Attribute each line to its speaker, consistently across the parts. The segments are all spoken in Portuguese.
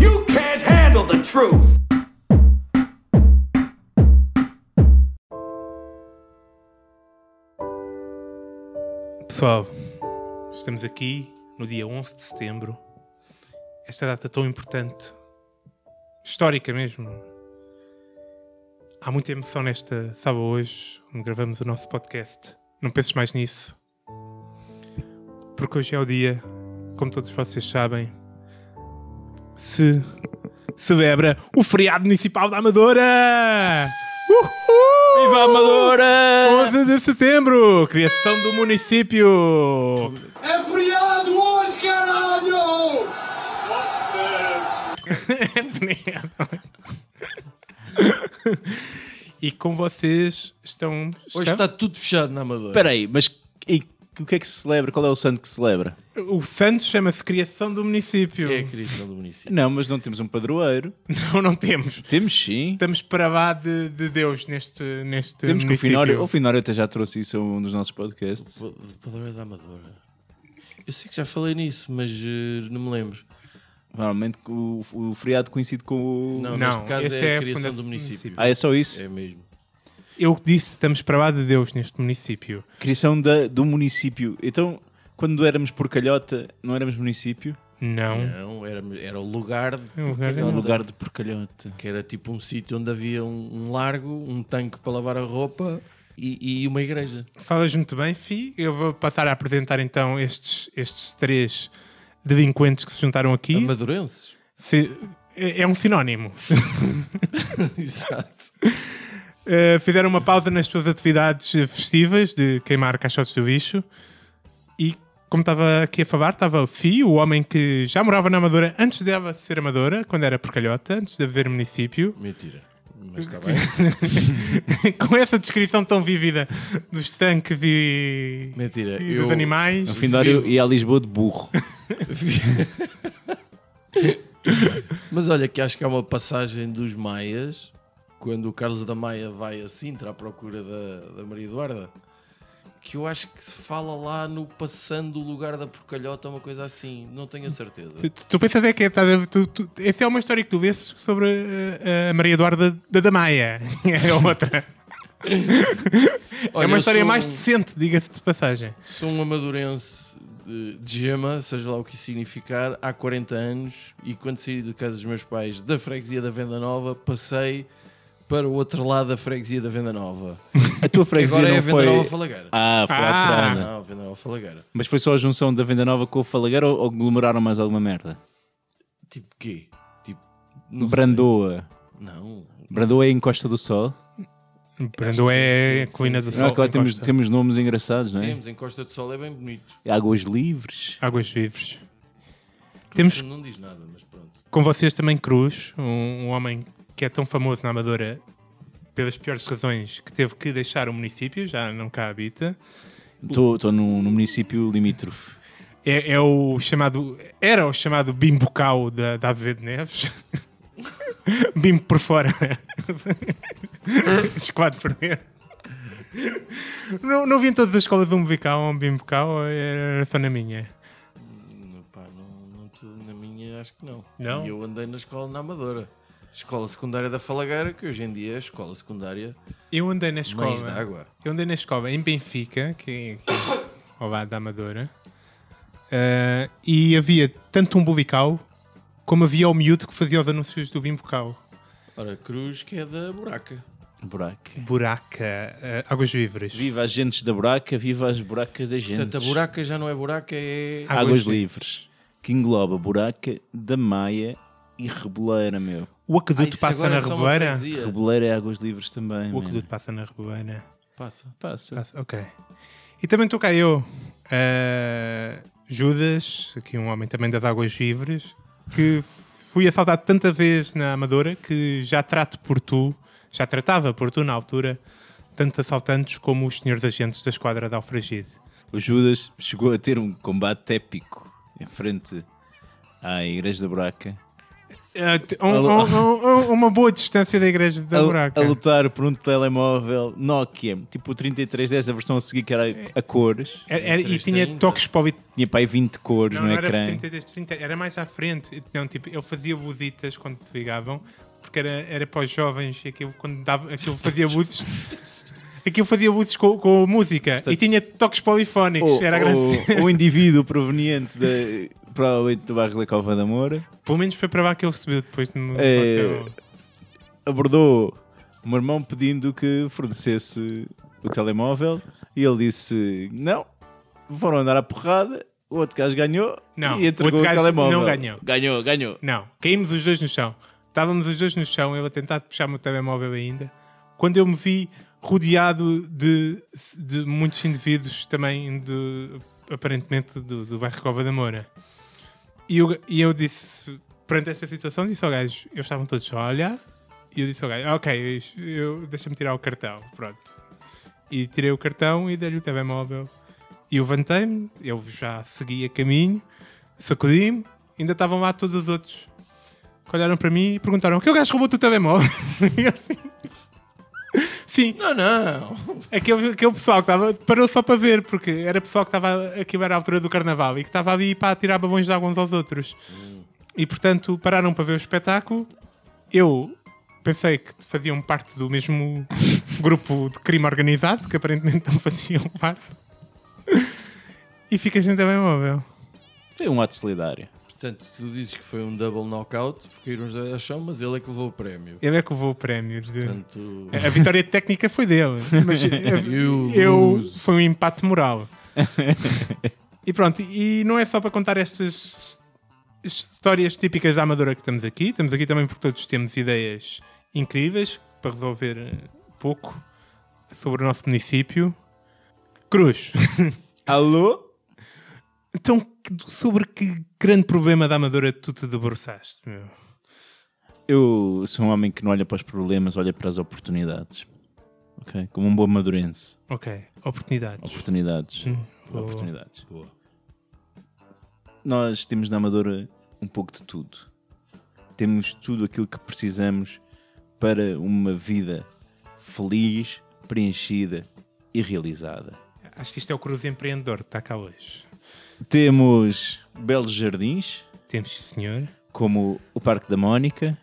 Speaker 1: You can't handle the truth.
Speaker 2: Pessoal, estamos aqui no dia 11 de setembro. Esta data tão importante, histórica mesmo. Há muita emoção nesta sábado hoje, onde gravamos o nosso podcast. Não penses mais nisso. Porque hoje é o dia, como todos vocês sabem, se celebra o feriado municipal da Amadora! Uhul!
Speaker 3: Viva a Amadora!
Speaker 2: 11 de setembro, criação do município.
Speaker 4: É feriado hoje, caralho!
Speaker 2: e com vocês estão.
Speaker 3: Hoje está tudo fechado na Amadora.
Speaker 5: Espera aí, mas e o que é que se celebra? Qual é o santo que se celebra?
Speaker 2: O Santos chama-se Criação do Município.
Speaker 3: É a criação do município.
Speaker 5: Não, mas não temos um padroeiro.
Speaker 2: Não, não temos.
Speaker 5: Temos sim.
Speaker 2: Estamos para lá de, de Deus neste, neste
Speaker 5: Temos que o
Speaker 2: município.
Speaker 5: Finório, o Finório até já trouxe isso a um dos nossos podcasts.
Speaker 3: Pa- De Padroeira da Amadora. Eu sei que já falei nisso, mas eh, não me lembro.
Speaker 5: Normalmente o, o feriado coincide com o.
Speaker 3: Não,
Speaker 2: Não,
Speaker 3: neste caso
Speaker 2: esse
Speaker 3: é
Speaker 2: é a
Speaker 3: a criação
Speaker 2: fundação
Speaker 3: do
Speaker 2: do
Speaker 3: município.
Speaker 5: Ah, é só isso?
Speaker 3: É mesmo.
Speaker 2: Eu disse, estamos para lá de Deus neste município.
Speaker 5: Criação da, do município. Então, quando éramos por calhota, não éramos município?
Speaker 2: Não.
Speaker 3: Não, era, era o lugar. de-
Speaker 2: É um lugar
Speaker 5: Era um
Speaker 2: Não.
Speaker 5: lugar de porcalhota.
Speaker 3: Que era tipo um sítio onde havia um, um largo, um tanque para lavar a roupa e, e uma igreja.
Speaker 2: Falas muito bem, Fi. Eu vou passar a apresentar então estes, estes três delinquentes que se juntaram
Speaker 3: É
Speaker 2: aqui.
Speaker 3: Amadurenses.
Speaker 2: Se- é é um sinónimo.
Speaker 3: Exato.
Speaker 2: Uh, fizeram uma pausa nas suas atividades eh, festivas de queimar caixotes do lixo. E como estava aqui a falar, estava o Fi, o homem que já morava na Amadora antes dela ser Amadora, quando era porcalhota, antes de haver município.
Speaker 3: Mentira. Mas está bem.
Speaker 2: Com essa descrição tão vívida dos tanques e,
Speaker 3: Mentira.
Speaker 2: e
Speaker 3: eu-
Speaker 2: dos animais.
Speaker 5: É O Finório ia a Lisboa de burro.
Speaker 3: Mas olha, que acho que há uma passagem dos Maias, quando o Carlos da Maia vai a Sintra à procura da, da Maria Eduarda, que eu acho que se fala lá no passando o lugar da porcalhota, uma coisa assim, não tenho a certeza.
Speaker 2: Tu, tu pensas é que é, estás a- tu, tu- essa é uma história que tu vês sobre eh, a Maria Eduarda da Damaia. É outra.
Speaker 3: Olha,
Speaker 2: é uma
Speaker 3: eu
Speaker 2: história
Speaker 3: sou
Speaker 2: mais
Speaker 3: um-
Speaker 2: decente, diga-se de passagem.
Speaker 3: Sou um amadurense de, de gema, seja lá o que isso significar, há 40 anos e quando saí de casa dos meus pais da freguesia da Venda Nova, passei para o outro lado da freguesia da Venda Nova.
Speaker 5: A tua
Speaker 3: Que
Speaker 5: freguesia
Speaker 3: agora é a
Speaker 5: não
Speaker 3: Venda
Speaker 5: foi.
Speaker 3: Nova Falagueira.
Speaker 5: Ah, foi
Speaker 2: Ah.
Speaker 5: a Trana.
Speaker 3: Não, Venda Nova Falagueira.
Speaker 5: Mas foi só a junção da Venda Nova com o Falagueiro ou, ou glomeraram mais alguma merda?
Speaker 3: Tipo quê? Tipo. Não sei.
Speaker 5: Brandoa.
Speaker 3: Não.
Speaker 5: Brandoa é a encosta do sol.
Speaker 2: Brando é
Speaker 3: sim,
Speaker 2: a
Speaker 3: sim,
Speaker 2: colina do
Speaker 3: sim.
Speaker 5: Não,
Speaker 3: é
Speaker 2: sol.
Speaker 5: agora temos,
Speaker 2: encosta.
Speaker 5: temos nomes engraçados, não é?
Speaker 3: Temos, em Costa do Sol é bem bonito.
Speaker 5: Águas livres.
Speaker 2: Águas Vivres. Temos
Speaker 3: Não diz nada, mas pronto.
Speaker 2: com vocês também Cruz, um, um homem que é tão famoso na Amadora pelas piores razões que teve que deixar o município, já não cá habita.
Speaker 5: Estou no, no município limítrofe.
Speaker 2: É, é o chamado. Era o chamado bimbocal da, da Azevedo Neves. Bimbo por fora. Esquadro por dentro. Não, não vi em todas as escolas um bical ou um bimbocal, era só na minha.
Speaker 3: Não, Pá, não, não tô- na minha acho que não.
Speaker 2: Não?
Speaker 3: E eu andei na escola na Amadora. Escola secundária da Falagueira, que hoje em dia é a escola secundária
Speaker 2: Eu andei na
Speaker 3: Mães
Speaker 2: escola. é?
Speaker 3: d'Água.
Speaker 2: Eu andei na escola em Benfica, que é aqui ao lado da Amadora, ah, e havia tanto um bubical como havia o miúdo que fazia os anúncios do bimbocal.
Speaker 3: Ora, Cruz, que é da Buraca.
Speaker 5: Buraca.
Speaker 2: Buraca, ah, Águas Vivres.
Speaker 5: Viva as gentes da buraca, viva as buracas agentes.
Speaker 3: Portanto, a Buraca já não é Buraca, é.
Speaker 2: Ah.
Speaker 5: Águas
Speaker 2: Águas
Speaker 5: livres. Que engloba buraca, da maia e reboleira, meu.
Speaker 2: O
Speaker 3: Ah,
Speaker 2: aqueduto
Speaker 3: isso
Speaker 2: passa
Speaker 3: agora
Speaker 2: na
Speaker 3: é só uma
Speaker 2: Reboeira?
Speaker 3: freguesia.
Speaker 5: Reboleira é águas livres também,
Speaker 2: O
Speaker 5: man.
Speaker 2: aqueduto passa na Reboeira.
Speaker 3: Passa.
Speaker 5: Passa.
Speaker 2: Passa- Ok. E também estou cá eu, ah, Judas, aqui um homem também das Águas Vivres, que fui assaltado tanta vez na Amadora que já trato por tu, já tratava por tu na altura, tanto assaltantes como os senhores agentes da esquadra de Alfragide.
Speaker 5: O Judas chegou a ter um combate épico em frente à igreja da buraca.
Speaker 2: eh, te- um- um- um- um- uma boa distância da igreja da
Speaker 5: a,
Speaker 2: buraca.
Speaker 5: a lutar por um telemóvel Nokia, tipo o 3310, a versão a seguir que era a cores.
Speaker 2: Era- era- É, e
Speaker 3: 330.
Speaker 2: tinha toques para o bit-
Speaker 5: Tinha para aí 20 cores
Speaker 2: Não,
Speaker 5: no
Speaker 2: não era
Speaker 5: ecrã.
Speaker 2: 33, 30, era mais à frente. Não, tipo, eu fazia buzitas quando te ligavam, porque era, era para os jovens e aquilo, quando dava, aquilo fazia buzes. Aquilo fazia buzes com, com música e tinha toques polifónicos.
Speaker 5: Ou,
Speaker 2: era a grande.
Speaker 5: ou, ou indivíduo proveniente de, provavelmente do bairro da Cova da Moura
Speaker 2: Pelo menos foi para lá que ele subiu depois no no
Speaker 5: É,
Speaker 2: hotel.
Speaker 5: abordou o meu irmão pedindo que fornecesse o telemóvel e ele disse não, foram andar à porrada, o outro gajo ganhou
Speaker 2: Não,
Speaker 5: e
Speaker 2: o
Speaker 5: entregou
Speaker 2: outro
Speaker 5: o,
Speaker 2: gajo
Speaker 5: telemóvel.
Speaker 2: não ganhou.
Speaker 5: Ganhou, ganhou.
Speaker 2: Não, caímos os dois no chão. Estávamos os dois no chão, ele a tentar puxar-me o telemóvel ainda. Quando eu me vi rodeado de, de muitos indivíduos também, de, aparentemente, do, do bairro Cova da Moura. E eu, e eu disse, perante esta situação, disse ao gajo, eles estavam todos só a olhar, e eu disse ao gajo, ok, isto- eu- deixa-me tirar o cartão, pronto. E tirei o cartão e dei-lhe o telemóvel. E eu levantei-me, eu já segui a caminho, sacudi-me, ainda estavam lá todos os outros. Que olharam para mim e perguntaram, que o gajo roubou-te o telemóvel? E eu assim... Sim,
Speaker 3: Não, não.
Speaker 2: aquele, aquele pessoal que estava parou só para ver, porque era pessoal que estava aquilo era a altura do carnaval e que estava ali para tirar babões de água uns aos outros. E portanto pararam para ver o espetáculo. Eu pensei que faziam parte do mesmo grupo de crime organizado, que aparentemente não faziam parte. E fiquei sem telemóvel.
Speaker 5: Foi um ato solidário.
Speaker 3: Portanto, tu dizes que foi um double knockout, porque caíram os dois ao chão, mas ele é que levou o prémio.
Speaker 2: Ele é que levou o prémio. de-
Speaker 3: Portanto,
Speaker 2: A vitória técnica foi dele, mas eu,
Speaker 3: You
Speaker 2: eu-
Speaker 3: lose.
Speaker 2: foi um empate moral. e pronto, e não é só para contar estas histórias típicas da Amadora que estamos aqui, estamos aqui também porque todos temos ideias incríveis para resolver eh, pouco sobre o nosso município. Cruz,
Speaker 5: Alô?
Speaker 2: então que- sobre que grande problema da Amadora tu te debruçaste? Meu?
Speaker 5: Eu sou um homem que não olha para os problemas, olha para as oportunidades. Ok? Como um bom madurense.
Speaker 2: Ok, oportunidades.
Speaker 5: Oportunidades. Oportunidades. Nós temos na Amadora um pouco de tudo. Temos tudo aquilo que precisamos para uma vida feliz, preenchida e realizada.
Speaker 2: Acho que isto é o Cruz Empreendedor que está cá hoje.
Speaker 5: Temos belos jardins,
Speaker 2: Temos, sim, senhor.
Speaker 5: como o Parque da Mónica,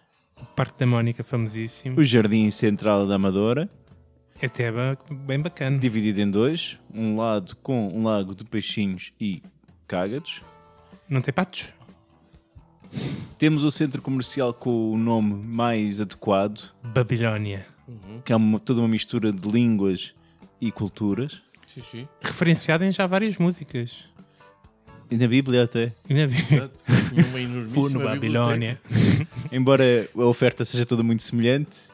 Speaker 2: Parque da Mónica, famosíssimo.
Speaker 5: o Jardim Central da Amadora,
Speaker 2: É até ba- bem bacana.
Speaker 5: dividido em dois, um lado com um lago de peixinhos e cágados.
Speaker 2: Não tem patos?
Speaker 5: Temos o centro comercial com o nome mais adequado,
Speaker 2: Babilónia.
Speaker 5: que é uma- toda uma mistura de línguas e culturas.
Speaker 3: xixi.
Speaker 2: Referenciado em já várias músicas.
Speaker 5: E na Bíblia até.
Speaker 2: E na Bíblia.
Speaker 3: Exato. Tinha uma enormíssima
Speaker 2: Fui no Babilónia.
Speaker 5: Embora a oferta seja toda muito semelhante,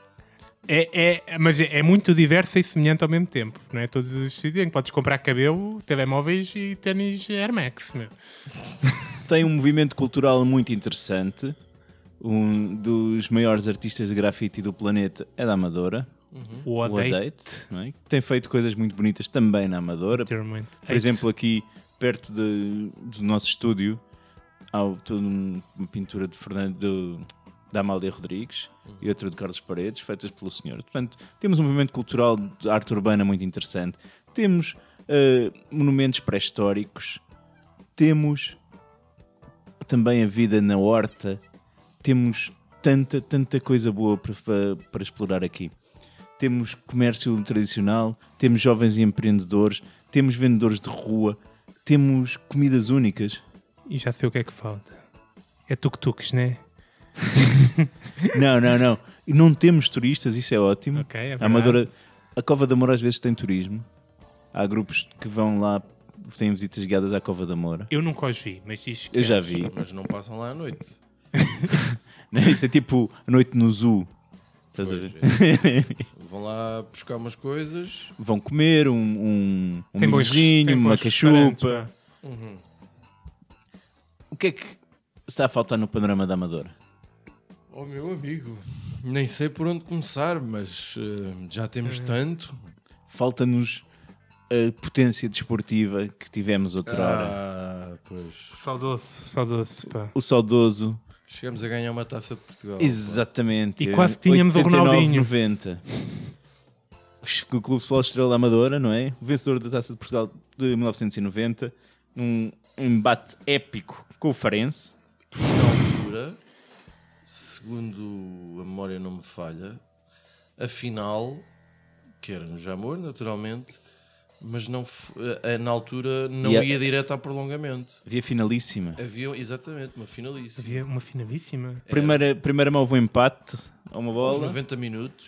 Speaker 2: É, é, mas é, é muito diversa e semelhante ao mesmo tempo. Não é todos os sítios em que podes comprar cabelo, telemóveis e ténis Air Max. meu.
Speaker 5: tem um movimento cultural muito interessante. Um dos maiores artistas de grafite do planeta é da Amadora,
Speaker 2: O
Speaker 5: o
Speaker 2: Odei.
Speaker 5: Adate, não é? que tem feito coisas muito bonitas também na Amadora. Por exemplo, aqui perto de- do nosso estúdio há o- toda um- uma pintura de Fernando do- da Amália Rodrigues e outra de Carlos Paredes, feitas pelo senhor. Portanto, temos um movimento cultural de arte urbana muito interessante. Temos eh, monumentos pré-históricos, temos também a vida na horta, temos tanta, tanta coisa boa para- para- para explorar aqui temos comércio tradicional, temos jovens empreendedores, temos vendedores de rua, temos comidas únicas.
Speaker 2: E já sei o que é que falta. É tuk-tuks, né?
Speaker 5: Não, não, não. E não temos turistas, isso é ótimo.
Speaker 2: Ok, é
Speaker 5: a
Speaker 2: verdade.
Speaker 5: Amadora, a Cova da Moura às vezes tem turismo. Há grupos que vão lá, têm visitas guiadas à Cova da Moura.
Speaker 2: Eu nunca os vi, mas diz que.
Speaker 5: Eu já vi.
Speaker 3: Mas não passam lá à noite.
Speaker 5: Isso é tipo a noite no zoo. Estás a ver?
Speaker 2: é.
Speaker 3: Vão lá buscar umas coisas.
Speaker 5: Vão comer um, um, um
Speaker 2: Tem bons-
Speaker 5: milhozinho,
Speaker 2: tem
Speaker 5: uma
Speaker 2: bons restaurantes,
Speaker 5: cachupa.
Speaker 2: pá.
Speaker 5: O que é que está a faltar no panorama da Amadora?
Speaker 3: Oh, meu amigo, nem sei por onde começar, mas eh, já temos tanto.
Speaker 5: falta-nos a potência desportiva que tivemos outrora.
Speaker 3: Ah, pois.
Speaker 2: Saudoso, saudoso. Pá.
Speaker 5: O saudoso
Speaker 3: Chegamos a ganhar uma taça de Portugal.
Speaker 5: Exatamente.
Speaker 2: E quase tínhamos o
Speaker 5: 89,
Speaker 2: Ronaldinho.
Speaker 5: 90. O Clube de Futebol Estrela Amadora, não é? O vencedor da Taça de Portugal de 1990. Um embate épico com o Farense.
Speaker 3: Na altura, segundo a memória não me falha, a final, que era no Jamor, naturalmente, mas não, f- eh, na altura não
Speaker 5: E a-
Speaker 3: ia direto a prolongamento.
Speaker 5: Havia finalíssima.
Speaker 3: Havia exatamente uma finalíssima.
Speaker 2: Havia uma finalíssima.
Speaker 5: Primeira, primeira mão houve um empate a uma
Speaker 3: Aos
Speaker 5: bola.
Speaker 3: 90 minutos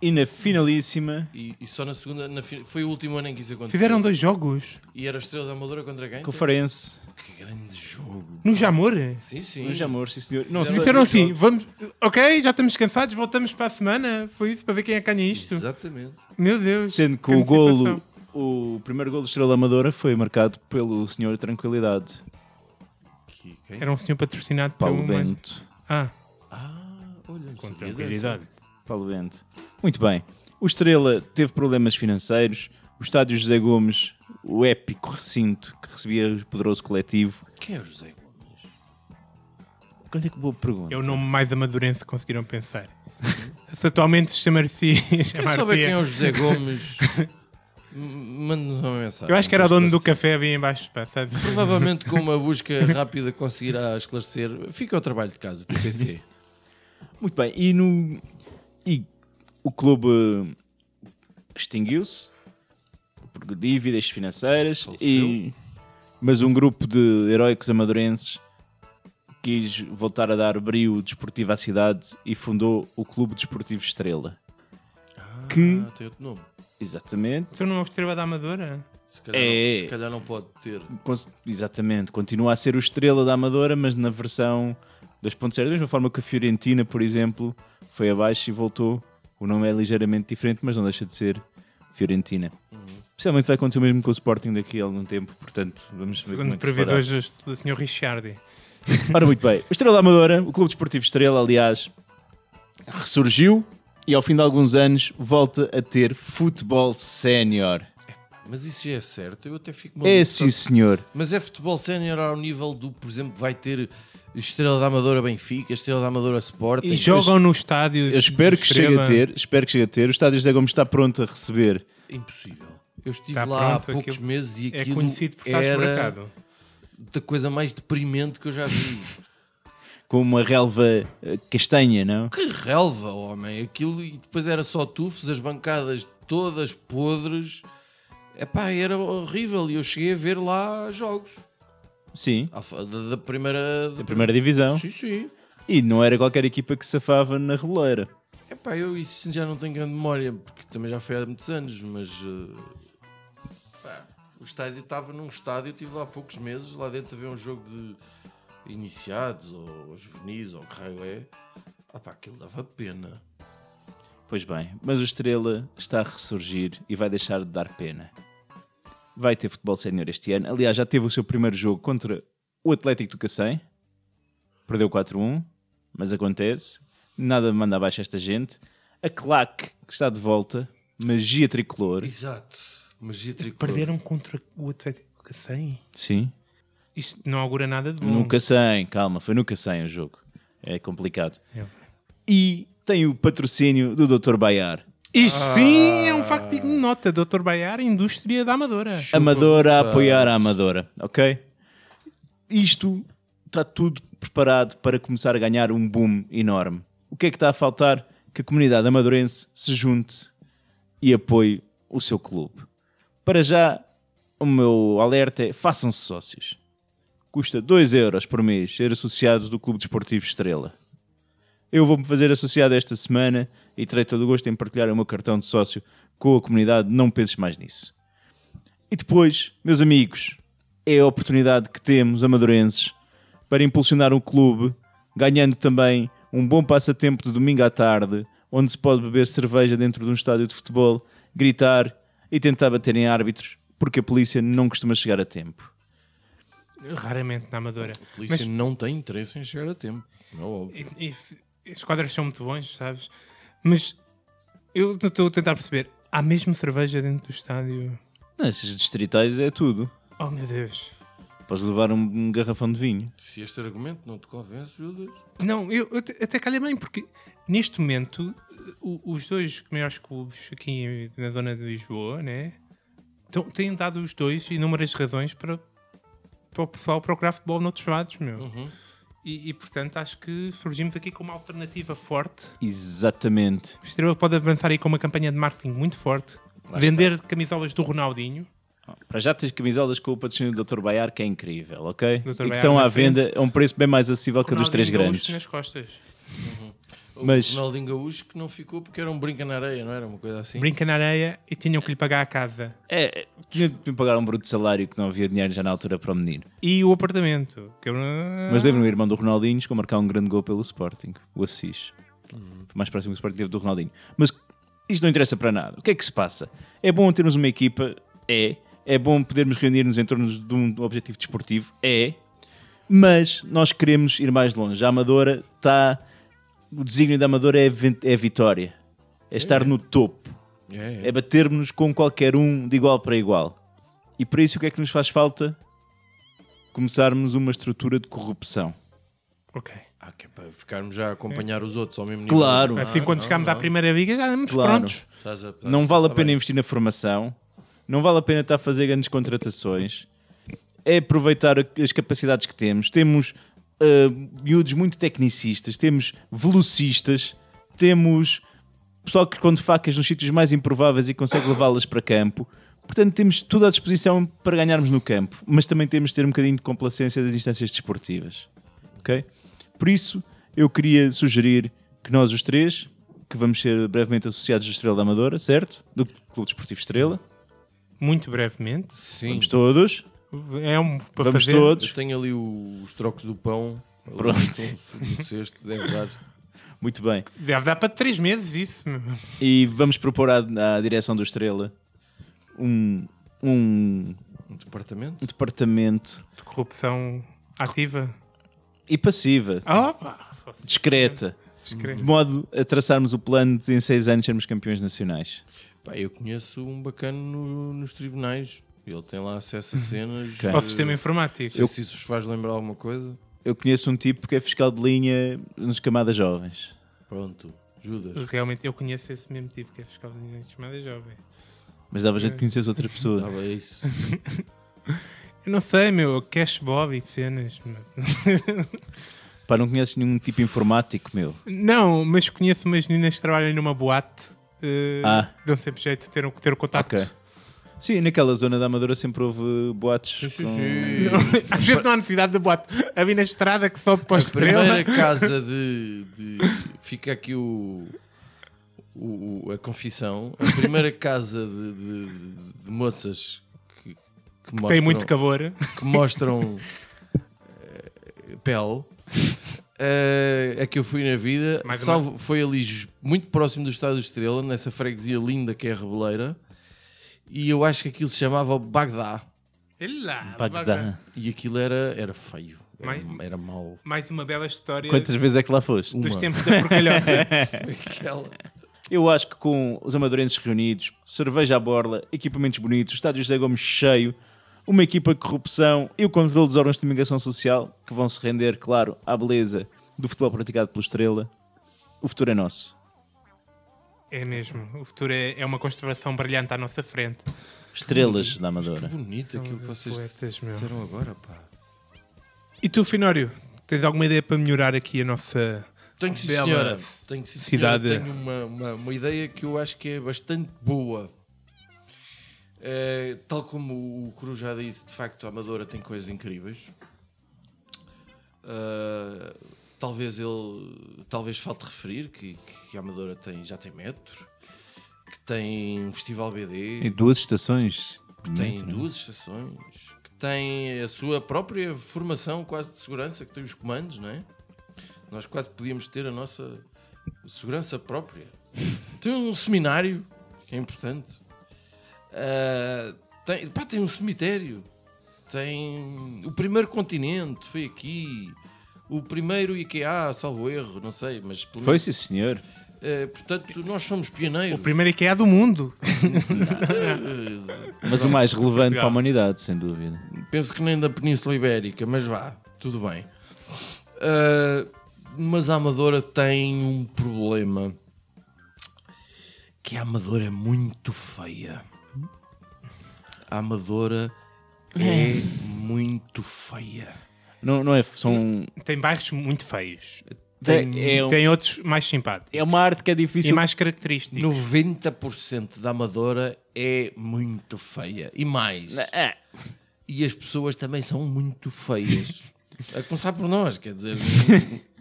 Speaker 5: E na finalíssima
Speaker 3: e, e só na segunda. Na fi- foi o último ano em que isso aconteceu.
Speaker 2: Fizeram dois jogos
Speaker 3: E era a Estrela da Amadora contra quem?
Speaker 5: com o Farense.
Speaker 3: Que grande jogo!
Speaker 2: no Jamor.
Speaker 3: Sim, sim.
Speaker 5: Um jamor, sim senhor. Não sei.
Speaker 2: Disseram assim: vamos, ok, já estamos cansados, voltamos para a semana. Foi isso para ver quem é que ganha isto.
Speaker 3: Exatamente.
Speaker 2: Meu Deus,
Speaker 5: Sendo que
Speaker 2: que
Speaker 5: o golo,
Speaker 2: antecipação.
Speaker 5: o primeiro golo do Estrela Amadora foi marcado pelo senhor Tranquilidade,
Speaker 3: Que, quem?
Speaker 2: Era um senhor patrocinado
Speaker 5: Paulo
Speaker 2: por um.
Speaker 5: Bento.
Speaker 2: Ah,
Speaker 3: Ah, olha, não
Speaker 2: com
Speaker 3: sabia
Speaker 2: tranquilidade.
Speaker 5: Paulo Bento. Muito bem. O Estrela teve problemas financeiros. O estádio José Gomes, o épico recinto que recebia o poderoso coletivo.
Speaker 3: dessa. Quem é o José Gomes?
Speaker 5: Qual é que boa pergunta?
Speaker 2: É o nome mais amadurense que conseguiram pensar. Se atualmente se chamar-se.
Speaker 3: Quer saber quem é
Speaker 2: chamar
Speaker 3: o José Gomes? M- Manda-nos uma mensagem.
Speaker 2: Eu acho que era o dono do
Speaker 3: Esclarecer.
Speaker 2: café ali em baixo, pá, sabe?
Speaker 3: Provavelmente com uma busca rápida conseguirá esclarecer. Fica ao trabalho de casa, do PC.
Speaker 5: Muito bem. E, no... e o clube eh, extinguiu-se por dívidas financeiras. E... Mas um grupo de heróicos amadurenses quis voltar a dar brio desportivo à cidade e fundou o Clube Desportivo Estrela. Que-
Speaker 3: Ah, tem outro nome.
Speaker 5: Exatamente.
Speaker 2: Tu não é o Estrela da Amadora?
Speaker 3: Se calhar,
Speaker 5: É.
Speaker 3: não, se calhar não pode ter.
Speaker 5: Con- Exatamente, continua a ser o estrela da Amadora, mas na versão 2.0, da mesma forma que a Fiorentina, por exemplo, foi abaixo e voltou. O nome é ligeiramente diferente, mas não deixa de ser Fiorentina.
Speaker 2: Uhum.
Speaker 5: Especialmente vai acontecer o mesmo com o Sporting daqui a algum tempo, portanto, vamos ver como
Speaker 2: Segundo
Speaker 5: é que se fará.
Speaker 2: previsões do, do Sr. Richardi.
Speaker 5: Ora, muito bem. O Estrela da Amadora, o Clube Desportivo Estrela, aliás, ressurgiu e ao fim de alguns anos volta a ter futebol sénior.
Speaker 3: Mas isso já é certo. Eu até fico maluco.
Speaker 5: É sim, senhor.
Speaker 3: Mas é futebol sénior ao nível do, por exemplo, vai ter Estrela da Amadora Benfica, Estrela da Amadora Sporting.
Speaker 2: E jogam no estádio.
Speaker 5: Eu espero
Speaker 2: do
Speaker 5: que chegue a
Speaker 2: Estrela.
Speaker 5: ter, espero que chegue a ter. O estádio José Gomes está pronto a receber.
Speaker 3: é Impossível. Eu estive
Speaker 2: Está
Speaker 3: lá
Speaker 2: Tá pronto,
Speaker 3: há poucos
Speaker 2: aquilo
Speaker 3: meses e
Speaker 2: É
Speaker 3: aquilo
Speaker 2: conhecido por estar
Speaker 3: era
Speaker 2: esburacado.
Speaker 3: da coisa mais deprimente que eu já vi.
Speaker 5: com uma relva eh, castanha, não?
Speaker 3: Que relva, homem! Aquilo e depois era só tufos, as bancadas todas podres. Epá, era horrível e eu cheguei a ver lá jogos.
Speaker 5: Sim.
Speaker 3: À fa- Da, da primeira.
Speaker 5: Da primeira divisão.
Speaker 3: Sim, sim.
Speaker 5: E não era qualquer equipa que safava na reboleira.
Speaker 3: Epá, eu isso já não tenho grande memória, porque também já foi há muitos anos, mas. eh, pá, o estádio estava num estádio, eu estive lá há poucos meses, lá dentro a ver um jogo de iniciados ou juvenis ou o que raio é. Ah, pá, aquilo dava pena.
Speaker 5: Pois bem, mas o Estrela está a ressurgir e vai deixar de dar pena. Vai ter futebol sénior este ano. Aliás, já teve o seu primeiro jogo contra o Atlético do Cacém. Perdeu 4-1, mas acontece. Nada manda abaixo esta gente. A Claque que está de volta. Magia tricolor.
Speaker 3: Exato. Magia tricolor.
Speaker 2: Perderam contra o Atlético Cacém?
Speaker 5: Sim.
Speaker 2: Isto não augura nada de bom.
Speaker 5: Nunca 100, calma, foi nunca 100 o jogo. É complicado.
Speaker 2: É.
Speaker 5: E tem o patrocínio do Dr. Baiar.
Speaker 2: Isto sim é um facto digno de nota. Dr. Baiar, indústria da Amadora.
Speaker 5: Amadora a
Speaker 3: Gonçalves.
Speaker 5: apoiar a Amadora, ok? Isto está tudo preparado para começar a ganhar um boom enorme. O que é que está a faltar? Que a comunidade amadorense se junte e apoie o seu clube. Para já, o meu alerta é façam-se sócios. Custa 2 euros por mês ser associado do Clube Desportivo Estrela. Eu vou-me fazer associado esta semana e terei todo o gosto em partilhar o meu cartão de sócio com a comunidade. Não penses mais nisso. E depois, meus amigos, é a oportunidade que temos, amadurenses, para impulsionar o clube, ganhando também um bom passatempo de domingo à tarde, onde se pode beber cerveja dentro de um estádio de futebol, gritar e tentar bater em árbitros, porque a polícia não costuma chegar a tempo.
Speaker 2: Raramente na Amadora.
Speaker 3: A polícia não tem interesse em chegar a tempo. Não, é óbvio.
Speaker 2: E- e f- Esses quadros são muito bons, sabes? Mas eu estou a tentar perceber. Há mesmo cerveja dentro do estádio?
Speaker 5: Nesses distritais é tudo.
Speaker 2: Oh meu Deus.
Speaker 5: Podes levar um, um garrafão de vinho.
Speaker 3: Se este argumento não te convence, Judas,
Speaker 2: Não, eu, eu te- até calhei bem, porque neste momento o- os dois maiores clubes aqui na zona de Lisboa né, tão- têm dado os dois inúmeras razões para, para o pessoal procurar futebol noutros lados, meu.
Speaker 5: Uhum.
Speaker 2: E, e, portanto acho que surgimos aqui com uma alternativa forte.
Speaker 5: Exatamente.
Speaker 2: O Estrela pode avançar aí com uma campanha de marketing muito forte, vender camisolas do Ronaldinho.
Speaker 5: Para já tens camisolas com o patrocínio do Dr. Baiar, que é incrível, ok?
Speaker 2: Dr.
Speaker 5: E que
Speaker 2: Baiar
Speaker 5: estão
Speaker 2: na
Speaker 5: à venda a um preço bem mais acessível que a dos
Speaker 2: Ronaldinho
Speaker 5: três
Speaker 2: Gaúcho
Speaker 5: grandes.
Speaker 2: nas costas.
Speaker 5: Mas-
Speaker 3: o Ronaldinho Gaúcho que não ficou porque era um brinca na areia, não era uma coisa assim?
Speaker 2: Brinca na areia e tinham que lhe pagar a casa.
Speaker 5: É, é, tinha de me pagar um bruto salário que não havia dinheiro já na altura para o menino.
Speaker 2: E o apartamento. Que... eu-
Speaker 5: Mas lembro-me o irmão do Ronaldinho chegou a marcar um grande gol pelo Sporting, o Assis. Foi Mais próximo que o Sporting teve do Ronaldinho. Mas isto não interessa para nada. O que é que se passa? É bom termos uma equipa? É. É bom podermos reunir-nos em torno de um objetivo desportivo? É. Mas nós queremos ir mais longe. A Amadora está. O desígnio da Amadora é, ven- é a vitória. É estar no topo.
Speaker 3: É,
Speaker 5: É
Speaker 3: é.
Speaker 5: batermos com qualquer um de igual para igual. E para isso o que é que nos faz falta? Começarmos uma estrutura de corrupção.
Speaker 2: Ok.
Speaker 3: Ah, que é para ficarmos já a acompanhar os outros ao mesmo nível.
Speaker 5: Claro.
Speaker 2: assim, quando
Speaker 3: não,
Speaker 2: chegámos à
Speaker 3: não.
Speaker 2: primeira liga, já estamos
Speaker 5: Claro.
Speaker 2: prontos.
Speaker 3: Estás a- estás
Speaker 5: Não vale a
Speaker 3: pensar
Speaker 5: pena
Speaker 3: Tá, bem.
Speaker 5: investir na formação, não vale a pena estar a fazer grandes contratações, é aproveitar a- as capacidades que temos. Temos ah, miúdos muito tecnicistas, temos velocistas, temos pessoal que esconde facas nos sítios mais improváveis e consegue levá-las para campo. Portanto, temos tudo à disposição para ganharmos no campo, mas também temos de ter um bocadinho de complacência das instâncias desportivas. ok? Por isso, eu queria sugerir que nós os três, que vamos ser brevemente associados do Estrela da Amadora, certo? Do Clube Desportivo Estrela.
Speaker 2: Muito brevemente.
Speaker 3: Sim,
Speaker 5: Vamos todos.
Speaker 2: É um para
Speaker 5: vamos
Speaker 2: fazer.
Speaker 5: todos.
Speaker 3: eu tenho ali o- os trocos do pão. ali
Speaker 5: Pronto.
Speaker 3: no cesto, deve dar.
Speaker 5: Muito bem.
Speaker 2: Deve dar para três meses isso. meu.
Speaker 5: E vamos propor à, à direção do Estrela um, um
Speaker 3: Um departamento?
Speaker 5: departamento
Speaker 2: De corrupção ativa.
Speaker 5: e passiva,
Speaker 2: Ah, opa!
Speaker 5: discreta, de
Speaker 2: Discreto.
Speaker 5: modo a traçarmos o plano de em seis anos sermos campeões nacionais.
Speaker 3: Pá, eu conheço um bacana no- nos tribunais. Ele tem lá acesso a cenas.
Speaker 5: Ok.
Speaker 2: Ao sistema informático.
Speaker 3: Não sei se isso vos faz lembrar alguma coisa.
Speaker 5: Eu conheço um tipo que é fiscal de linha nas camadas jovens.
Speaker 3: Pronto, Judas.
Speaker 2: Realmente eu conheço esse mesmo tipo que é fiscal de direitos chamada jovem.
Speaker 5: Mas dava jeito de conhecer outra pessoa.
Speaker 3: Estava isso.
Speaker 2: Eu não sei, meu, cash bob e cenas. meu.
Speaker 5: Pá, não conheces nenhum tipo informático, meu.
Speaker 2: Não, mas conheço umas meninas que trabalham numa boate. eh,
Speaker 5: Ah.
Speaker 2: Dão sempre jeito de ter, o- ter o contacto.
Speaker 5: Ok. Sim, naquela zona da Amadora sempre houve boates.
Speaker 3: Sim, sim,
Speaker 5: com-
Speaker 3: sim.
Speaker 2: Às vezes não há necessidade de boate. A na estrada que sobe para a
Speaker 3: A primeira
Speaker 2: estrela.
Speaker 3: casa de, de- Fica aqui o, o- o- A confissão. A primeira casa de, de- de moças que, que mostram,
Speaker 2: Tem muito calor.
Speaker 3: que mostram eh, pele. eh, a que eu fui na vida
Speaker 2: Mais uma-
Speaker 3: salvo, foi ali ju- muito próximo do Estádio Estrela, nessa freguesia linda que é a Reboleira, e eu acho que aquilo se chamava Bagdá.
Speaker 2: Lá,
Speaker 5: Bagdá.
Speaker 3: E aquilo era, era feio, era,
Speaker 2: Mãe?
Speaker 3: era mau.
Speaker 2: Mais uma bela história
Speaker 5: Quantas vezes é que lá foste?
Speaker 2: dos
Speaker 3: Uma.
Speaker 2: tempos da porcalhota.
Speaker 3: Aquela-
Speaker 5: Eu acho que com os amadorenses reunidos, cerveja à borla, equipamentos bonitos, o estádio José Gomes cheio, uma equipa de corrupção e o controle dos órgãos de comunicação social, que vão se render, claro, à beleza do futebol praticado pelo Estrela, o futuro é nosso.
Speaker 2: é mesmo. O futuro é, é uma constelação brilhante à nossa frente.
Speaker 5: Estrelas da
Speaker 3: Que
Speaker 5: Amadora.
Speaker 3: bonito aquilo que
Speaker 2: os
Speaker 3: vocês
Speaker 2: poetas, meu.
Speaker 3: disseram agora, pá.
Speaker 2: E tu, Finório, tens alguma ideia para melhorar aqui a nossa.
Speaker 3: Tenho que sim,
Speaker 2: Bela
Speaker 3: senhora. Tenho que sim, senhora.
Speaker 2: cidade.
Speaker 3: Tenho uma, uma, uma ideia que eu acho que é bastante boa. Eh, tal como o Cruz já disse, de facto a Amadora tem coisas incríveis. Eh, talvez ele talvez falte referir que, que a Amadora tem, já tem metro, que tem um festival BD.
Speaker 5: E duas estações.
Speaker 3: que tem duas estações, que tem a sua própria formação quase de segurança, que tem os comandos, não é? Nós quase podíamos ter a nossa segurança própria. Tem um seminário, que é importante. Ah, tem, pá, tem um cemitério. Tem o primeiro continente, foi aqui. O primeiro IKEA, salvo erro, não sei, mas pelo
Speaker 5: Foi,
Speaker 3: menos-
Speaker 5: sim, senhor.
Speaker 3: Ah, portanto, nós somos pioneiros.
Speaker 2: O primeiro IKEA é do mundo.
Speaker 5: Mas o mais relevante para a humanidade, sem dúvida.
Speaker 3: penso que nem da Península Ibérica, mas vá, tudo bem. Ah, mas a Amadora tem um problema. Que a Amadora é muito feia. A Amadora é muito feia.
Speaker 5: Não, não é, são,
Speaker 2: Tem bairros muito feios.
Speaker 5: é,
Speaker 3: Então-
Speaker 5: é,
Speaker 2: Tem outros mais simpáticos.
Speaker 5: é uma arte que é
Speaker 2: E
Speaker 5: difícil.
Speaker 2: mais característicos.
Speaker 3: 90% da Amadora é muito feia. E mais.
Speaker 5: É.
Speaker 3: E as pessoas também são muito feias. A começar por nós, quer dizer,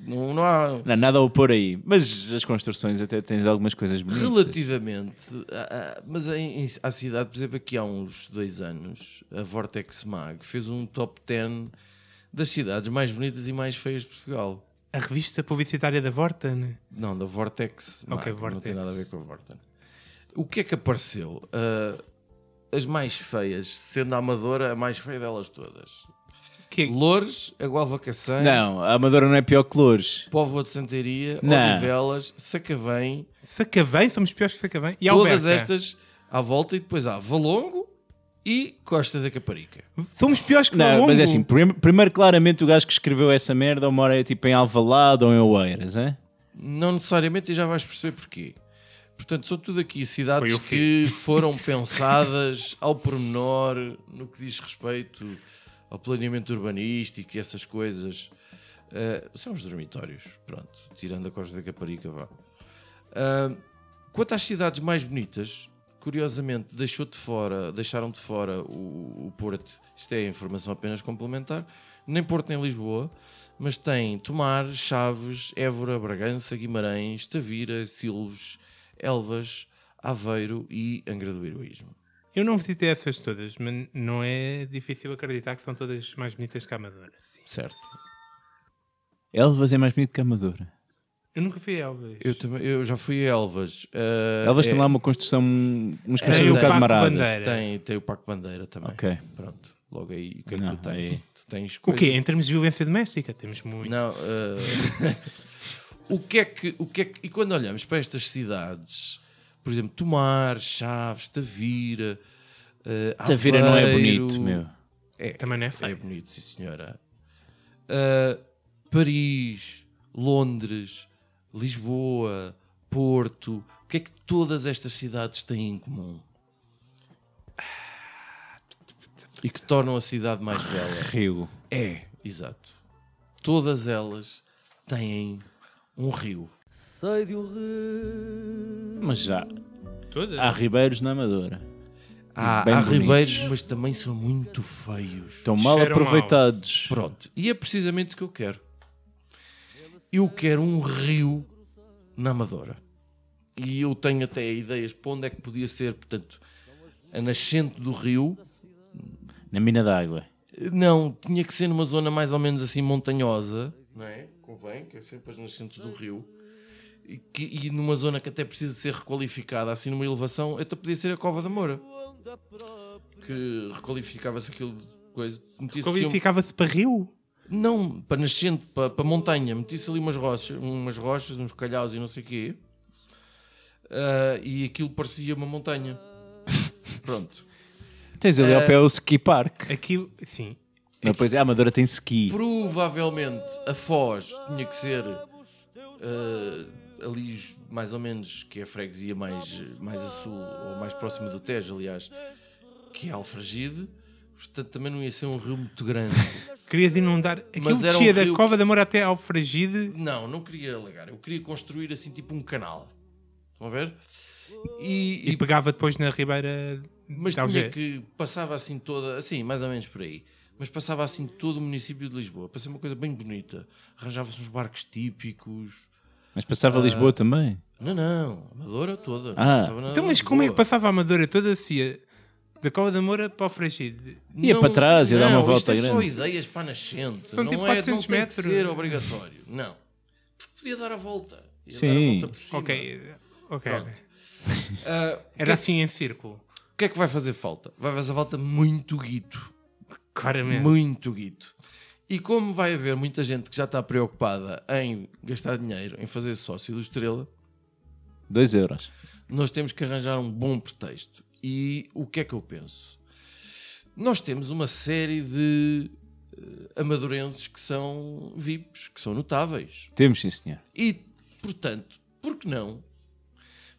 Speaker 3: não, não há.
Speaker 5: Não, nada a opor aí. Mas as construções até tens algumas coisas bonitas.
Speaker 3: Relativamente, a- a- mas em, em, à cidade, por exemplo, aqui há uns dois anos, a Vortex Mag fez um top 10 das cidades mais bonitas e mais feias de Portugal.
Speaker 2: A revista publicitária da Vorten.
Speaker 3: Não, da Vortex. Mag,
Speaker 2: Ok,
Speaker 3: Não tem
Speaker 2: Vortex.
Speaker 3: nada a ver com a Vorten. O que é que apareceu? Ah, as mais feias, sendo a Amadora a mais feia delas todas.
Speaker 2: Que... é
Speaker 3: Loures, a Gualvacaçã,
Speaker 5: Não, a Amadora não é pior que Loures.
Speaker 3: Póvoa de Santaria,
Speaker 5: Não.
Speaker 3: Odivelas, Sacavém.
Speaker 2: Sacavém, somos piores que Sacavém. E
Speaker 3: todas
Speaker 2: Alverca.
Speaker 3: estas à volta e depois há Valongo e Costa da Caparica.
Speaker 2: Somos piores que
Speaker 5: Não,
Speaker 2: Valongo.
Speaker 5: mas é assim, prim- primeiro claramente o gajo que escreveu essa merda ou mora tipo em Alvalade ou em Oeiras, é?
Speaker 3: Não necessariamente e já vais perceber porquê. Portanto, são tudo aqui cidades
Speaker 2: Foi o
Speaker 3: que foram pensadas ao pormenor no que diz respeito ao planeamento urbanístico e essas coisas. Ah, são os dormitórios, pronto, tirando a Costa da Caparica, vá. Ah, quanto às cidades mais bonitas, curiosamente deixou de fora, deixaram de fora o, o Porto. Isto é informação apenas complementar. Nem Porto nem Lisboa, mas tem Tomar, Chaves, Évora, Bragança, Guimarães, Tavira, Silves, Elvas, Aveiro e Angra do Heroísmo.
Speaker 2: Eu não visitei essas todas, mas não é difícil acreditar que são todas mais bonitas que a Amadora. sim.
Speaker 3: Certo.
Speaker 5: Elvas é mais bonito que a Amadora.
Speaker 2: Eu nunca fui a Elvas.
Speaker 3: Eu, também, eu já fui a Elvas. Ah,
Speaker 5: Elvas
Speaker 3: é-
Speaker 5: tem lá uma construção, umas
Speaker 2: Tem
Speaker 5: construções
Speaker 2: o
Speaker 5: um
Speaker 3: Parque
Speaker 5: bocado maradas.
Speaker 2: Bandeira.
Speaker 3: Tem, tem o Paco Bandeira também.
Speaker 5: Ok.
Speaker 3: Pronto. Logo aí, o que é que
Speaker 5: Não,
Speaker 3: tu tens?
Speaker 5: aí-
Speaker 3: Tu tens
Speaker 2: O
Speaker 3: coisas-
Speaker 2: quê? Em termos de violência doméstica, temos muito.
Speaker 3: Não, eh, o que é que o que é que- e quando olhamos para estas cidades, por exemplo, Tomar, Chaves, Tavira, eh,
Speaker 5: Tavira não é
Speaker 3: Aveiro,
Speaker 5: bonito, meu.
Speaker 3: É,
Speaker 2: Também não é
Speaker 3: é
Speaker 2: feio.
Speaker 3: bonito, sim senhora. Eh, Paris, Londres, Lisboa, Porto, o que é que todas estas cidades têm em comum? E que tornam a cidade mais bela.
Speaker 5: Rio.
Speaker 3: É, exato. Todas elas têm um rio.
Speaker 5: Mas já
Speaker 2: Todas?
Speaker 3: Ah,
Speaker 5: há ribeiros na Amadora.
Speaker 3: Há,
Speaker 5: Bem
Speaker 3: há
Speaker 5: bonitos.
Speaker 3: ribeiros, mas também são muito feios.
Speaker 5: Estão mal
Speaker 2: Cheiram
Speaker 5: aproveitados.
Speaker 3: Pronto, e é precisamente o que eu quero. Eu quero um rio na Amadora. E eu tenho até ideias para onde é que podia ser, portanto, a nascente do rio.
Speaker 5: Na mina d'água.
Speaker 3: Não, tinha que ser numa zona mais ou menos assim montanhosa, não é? Convém, que é sempre as nascentes do rio. E, que- e numa zona que até precisa de ser requalificada, assim numa elevação, até podia ser a Cova da Moura. Que requalificava-se aquilo de coisa. metia-se assim um-
Speaker 2: Qualificava-se para Rio?
Speaker 3: Não, para nascente, para, para montanha, metia-se ali umas rochas, umas rochas, uns calhaus e não sei o quê. Ah, e aquilo parecia uma montanha. Pronto.
Speaker 5: Tens ali ao pé o ski park.
Speaker 2: Aqui, sim.
Speaker 5: Depois é, a Amadora tem ski.
Speaker 3: Provavelmente a Foz tinha que ser eh, ali os- mais ou menos que é a freguesia mais, mais a sul ou mais próxima do Tejo, aliás, que é Alfragide. Portanto, também não ia ser um rio muito grande.
Speaker 2: Querias inundar. Aquilo
Speaker 3: Mas era um
Speaker 2: descia da
Speaker 3: rio-
Speaker 2: Cova da Moura até ao Fragide.
Speaker 3: Não, não queria alagar. Eu queria construir assim tipo um canal. Estão a ver? E,
Speaker 2: E, então
Speaker 3: e-
Speaker 2: pegava depois na Ribeira.
Speaker 3: mas
Speaker 2: de Alger.
Speaker 3: tinha que passava assim toda, assim, mais ou menos por aí. Mas passava assim todo o município de Lisboa. Passei uma coisa bem bonita. Arranjava-se uns barcos típicos.
Speaker 5: Mas passava Lisboa também.
Speaker 3: Não, não, Amadora toda.
Speaker 5: Ah.
Speaker 3: Passava na
Speaker 2: Então, mas como é que
Speaker 3: Lisboa.
Speaker 2: passava a Amadora toda assim? Da Cova da Moura para o Fragide.
Speaker 5: Ia para trás, ia dar uma
Speaker 3: não,
Speaker 5: volta
Speaker 3: isto é só
Speaker 5: grande.
Speaker 3: ideias para a nascente.
Speaker 2: São
Speaker 3: não
Speaker 2: tipo
Speaker 3: é,
Speaker 2: 400
Speaker 3: não tem
Speaker 2: metros.
Speaker 3: que ser obrigatório. Não. Porque podia dar a volta. Ia
Speaker 5: Sim.
Speaker 3: Dar a volta por cima.
Speaker 2: Ok. Ok.
Speaker 3: Pronto. Ah,
Speaker 2: Era assim em círculo.
Speaker 3: o que é que vai fazer falta? Vai fazer falta muito guito.
Speaker 2: Claramente.
Speaker 3: Muito guito. E como vai haver muita gente que já está preocupada em gastar dinheiro, em fazer sócio do Estrela,
Speaker 5: 2 euros.
Speaker 3: nós temos que arranjar um bom pretexto. E o que é que eu penso? nós temos uma série de eh, amadorenses que são VIPs, que são notáveis.
Speaker 5: Temos, sim, senhor.
Speaker 3: E, portanto, por que não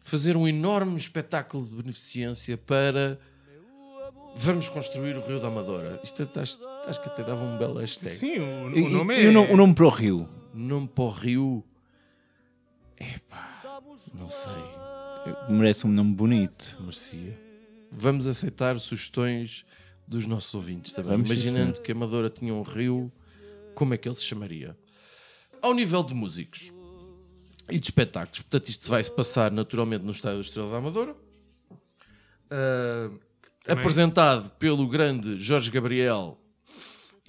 Speaker 3: fazer um enorme espetáculo de beneficência para vamos construir o Rio da Amadora? Isto até- acho, acho que até dava um belo hashtag.
Speaker 2: Sim, o,
Speaker 5: E-
Speaker 2: o nome
Speaker 5: e
Speaker 2: é.
Speaker 5: o, no- o nome para o Rio.
Speaker 3: Nome para o Rio. Epá, não sei.
Speaker 5: Merece um nome bonito.
Speaker 3: Merecia. Vamos aceitar sugestões dos nossos ouvintes também.
Speaker 5: Vamos, sim,
Speaker 3: Imaginando que a Amadora tinha um rio, como é que ele se chamaria? Ao nível de músicos e de espetáculos, portanto, isto vai se passar naturalmente no estádio do Estrela da Amadora. Ah, apresentado pelo grande Jorge Gabriel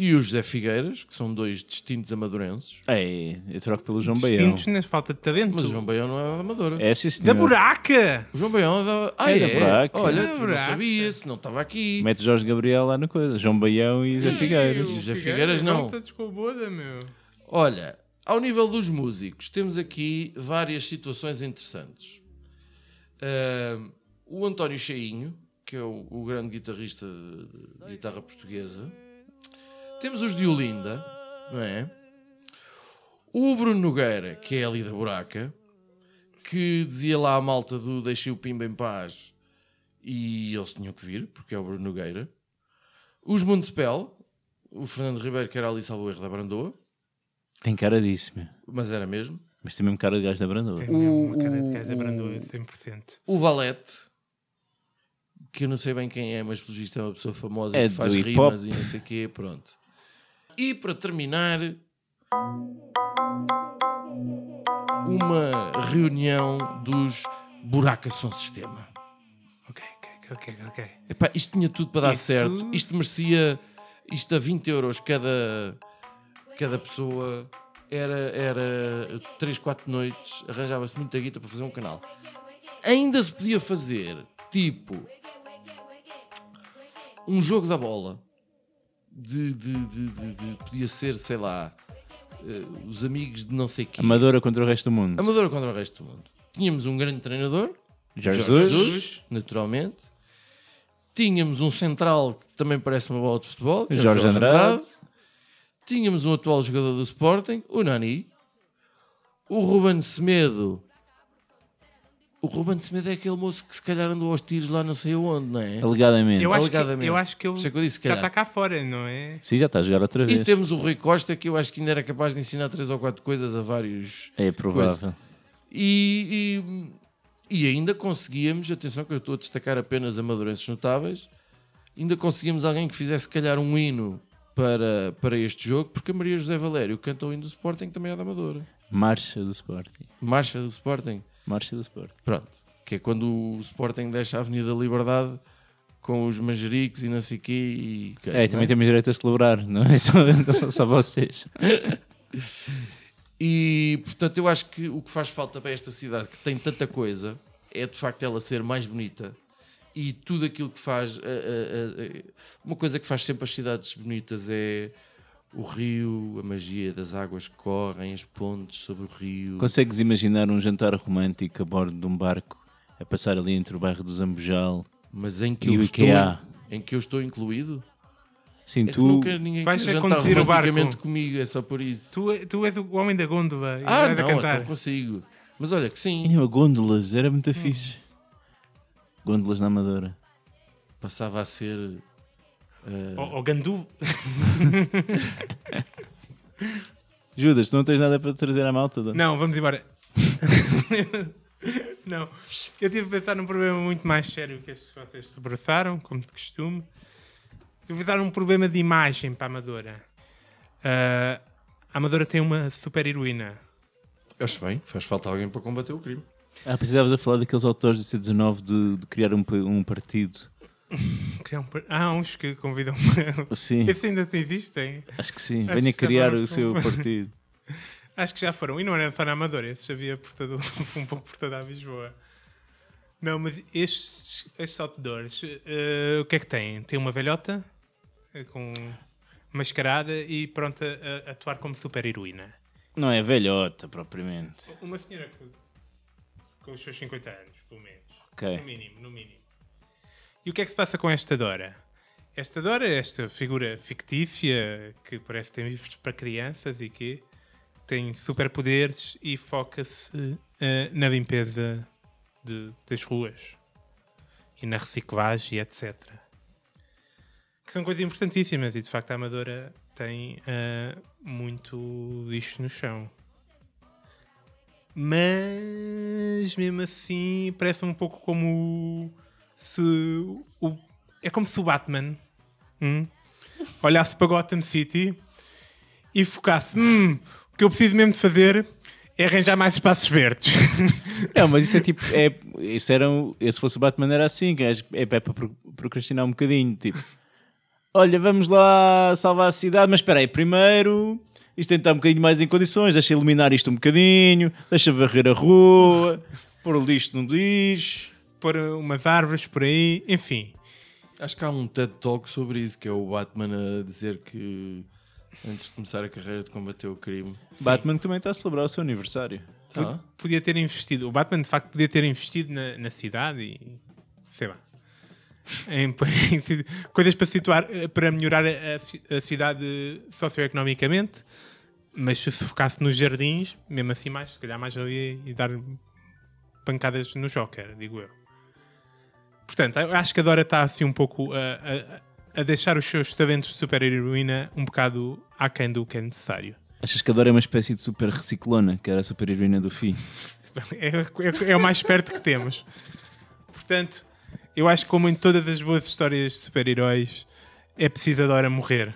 Speaker 3: e o José Figueiras, que são dois distintos amadorenses.
Speaker 5: É, eu troco pelo João Baião.
Speaker 2: Tintos na falta de talento.
Speaker 3: Mas o João Baião não é da Amadora.
Speaker 5: É, sim, senhor.
Speaker 2: Da buraca!
Speaker 3: O João Baião é da. Ah,
Speaker 5: É da
Speaker 3: é?
Speaker 5: Buraca.
Speaker 2: Da
Speaker 3: Olha, tu não
Speaker 2: Buraca.
Speaker 3: sabia, se não estava aqui.
Speaker 5: Mete Jorge Gabriel lá na coisa. João Baião e Zé Figueiras.
Speaker 3: José Figueiras, não.
Speaker 2: Volta-te com o Boda, meu.
Speaker 3: Olha, ao nível dos músicos, temos aqui várias situações interessantes. Ahm, o António Cheinho, que é o, o grande guitarrista de, de guitarra portuguesa. Temos os de Olinda, não é? O Bruno Nogueira, que é ali da Buraca, que dizia lá à malta do Deixei o Pimba em paz e eles tinham que vir, porque é o Bruno Nogueira. Os Mundspell, o Fernando Ribeiro, que era ali salvo erro da Brandoa
Speaker 5: Tem cara disso, meu.
Speaker 3: mas era mesmo.
Speaker 5: Mas tem mesmo cara de gajo da Brandoa.
Speaker 2: Tem mesmo uma cara de casa
Speaker 3: o-
Speaker 2: brandoa, 100%.
Speaker 3: O Valete, que eu não sei bem quem é, mas pelo visto é uma pessoa famosa
Speaker 5: É
Speaker 3: que faz
Speaker 5: do hip-hop.
Speaker 3: rimas e não sei o quê, pronto. E para terminar, uma reunião dos Buraca Som Sistema.
Speaker 2: Ok, ok, ok, ok.
Speaker 3: Epá, isto tinha tudo para dar
Speaker 2: Isso-
Speaker 3: certo. Isto merecia isto a 20 euros cada, cada pessoa. Era, era 3, 4 noites, arranjava-se muita guita para fazer um canal. Ainda se podia fazer, tipo, um jogo da bola. De, de, de- de- de- podia ser, sei lá, eh, os amigos de não sei quem.
Speaker 5: Amadora contra o resto do mundo.
Speaker 3: Amadora contra o resto do mundo. Tínhamos um grande treinador,
Speaker 5: Jorge
Speaker 3: Jorge
Speaker 5: Jesus.
Speaker 3: Jesus, naturalmente. Tínhamos um central que também parece uma bola de futebol, que é o
Speaker 5: Jorge Andrade.
Speaker 3: Tínhamos um atual jogador do Sporting, o Nani. O Ruben Semedo. O Ruben Semedo é aquele moço que se calhar andou aos tiros lá não sei onde, não é?
Speaker 5: Alegadamente.
Speaker 2: Eu acho, que,
Speaker 3: Alegadamente.
Speaker 2: eu acho que ele
Speaker 3: Por isso é que eu disse, se
Speaker 2: já
Speaker 3: calhar.
Speaker 2: está cá fora, não é?
Speaker 5: Sim, já está a jogar outra
Speaker 3: E
Speaker 5: vez.
Speaker 3: temos o Rui Costa, que eu acho que ainda era capaz de ensinar três ou quatro coisas a vários.
Speaker 5: É provável.
Speaker 3: E, e, e ainda conseguíamos, atenção que eu estou a destacar apenas amadurenses notáveis, ainda conseguíamos alguém que fizesse, se calhar, um hino para, para este jogo, porque a Maria José Valério canta o hino do Sporting também é da Amadora.
Speaker 5: Marcha do Sporting.
Speaker 3: Marcha do Sporting.
Speaker 5: Marcha do Sporting.
Speaker 3: Pronto. Que é quando o Sporting deixa a Avenida Liberdade com os manjericos e não sei quê. E, coisa,
Speaker 5: É,
Speaker 3: não
Speaker 5: também temos direito a celebrar, não é só, não são só vocês.
Speaker 3: E portanto, eu acho que o que faz falta para esta cidade, que tem tanta coisa, é de facto ela ser mais bonita e tudo aquilo que faz. eh, a- a- a- a- eh, uma coisa que faz sempre as cidades bonitas é o rio, a magia das águas que correm, as pontes sobre o rio.
Speaker 5: Consegues imaginar um jantar romântico a bordo de um barco a passar ali entre o bairro do Zambojal?
Speaker 3: Mas em que,
Speaker 5: E
Speaker 3: eu
Speaker 5: o
Speaker 3: estou,
Speaker 5: IKEA.
Speaker 3: em que eu estou incluído?
Speaker 5: Sim,
Speaker 3: É que
Speaker 5: tu.
Speaker 3: nunca ninguém
Speaker 2: vais
Speaker 3: quer
Speaker 2: a
Speaker 3: jantar
Speaker 2: conduzir o barco.
Speaker 3: romanticamente comigo, é só por isso.
Speaker 2: Tu, tu és o homem da gôndola e
Speaker 3: ah,
Speaker 2: vais a
Speaker 3: não,
Speaker 2: cantar.
Speaker 3: então consigo. Mas olha que sim.
Speaker 5: Tinha gôndolas, era muito fixe. Gôndolas na Amadora.
Speaker 3: Passava a ser
Speaker 2: Ou, ou gandu...
Speaker 5: Judas, tu não tens nada para trazer à malta? Não.
Speaker 2: Não, vamos embora. não. Eu tive a pensar num problema muito mais sério que estes que vocês se abraçaram, como de costume. Tive a pensar num problema de imagem para a Amadora. Ah, a Amadora tem uma super heroína.
Speaker 3: Acho bem, faz falta alguém para combater o crime.
Speaker 5: Ah, precisavas a falar daqueles autores do C19 de, de criar um, pa- um partido.
Speaker 2: Criar um par- Há uns que convidam.
Speaker 5: Sim,
Speaker 2: Esses ainda te existem.
Speaker 5: acho que sim.
Speaker 2: Acho
Speaker 5: Venha
Speaker 2: que
Speaker 5: criar
Speaker 2: agora-
Speaker 5: o seu partido.
Speaker 2: Acho que já foram. E não era só na Amadora, esses havia por todo, um pouco por toda a Lisboa. Não, mas estes, estes outdoors, eh, o que é que têm? Tem uma velhota eh, com mascarada e pronta a, a atuar como super heroína.
Speaker 5: Não é velhota, propriamente.
Speaker 2: Uma senhora que- com os seus 50 anos, pelo menos.
Speaker 5: Ok.
Speaker 2: No mínimo, no mínimo. E o que é que se passa com esta Dora? Esta Dora, esta figura fictícia que parece que tem livros para crianças e que tem superpoderes e foca-se eh, na limpeza de- das ruas e na reciclagem, etc. Que são coisas importantíssimas e de facto a Amadora tem eh, muito lixo no chão. Mas mesmo assim parece um pouco como se o, é como se o Batman hum, olhasse para Gotham City e focasse hum, o que eu preciso mesmo de fazer é arranjar mais espaços verdes.
Speaker 5: Não, mas isso é tipo. É, isso era, um- se fosse o Batman, era assim. que acho que É, para pro- procrastinar um bocadinho. Tipo, olha, vamos lá salvar a cidade, mas espera aí, primeiro. Isto tem que estar um bocadinho mais em condições. Deixa iluminar isto um bocadinho. Deixa varrer a rua. Pôr o lixo no lixo.
Speaker 2: Pôr umas árvores por aí, enfim.
Speaker 3: Acho que há um TED Talk sobre isso, que é o Batman a dizer que antes de começar a carreira de combater o crime.
Speaker 5: Batman que também está a celebrar o seu aniversário.
Speaker 3: Tá?
Speaker 2: Podia ter investido, o Batman de facto podia ter investido na, na cidade e sei lá. Em- em si- coisas para situar, eh, para melhorar a, a ci- a cidade socioeconomicamente, mas se se focasse nos jardins, mesmo assim mais, se calhar mais ali e dar pancadas no Joker, digo eu. Portanto, eu acho que a Dora está assim um pouco a, a- a deixar os seus talentos de super-heroína um bocado aquém do que é necessário.
Speaker 5: Achas que a Dora é uma espécie de super reciclona, que era a super heroína do fim?
Speaker 2: É, é- é o mais perto que temos. Portanto, eu acho que, como em todas as boas histórias de super-heróis, é preciso a Dora morrer.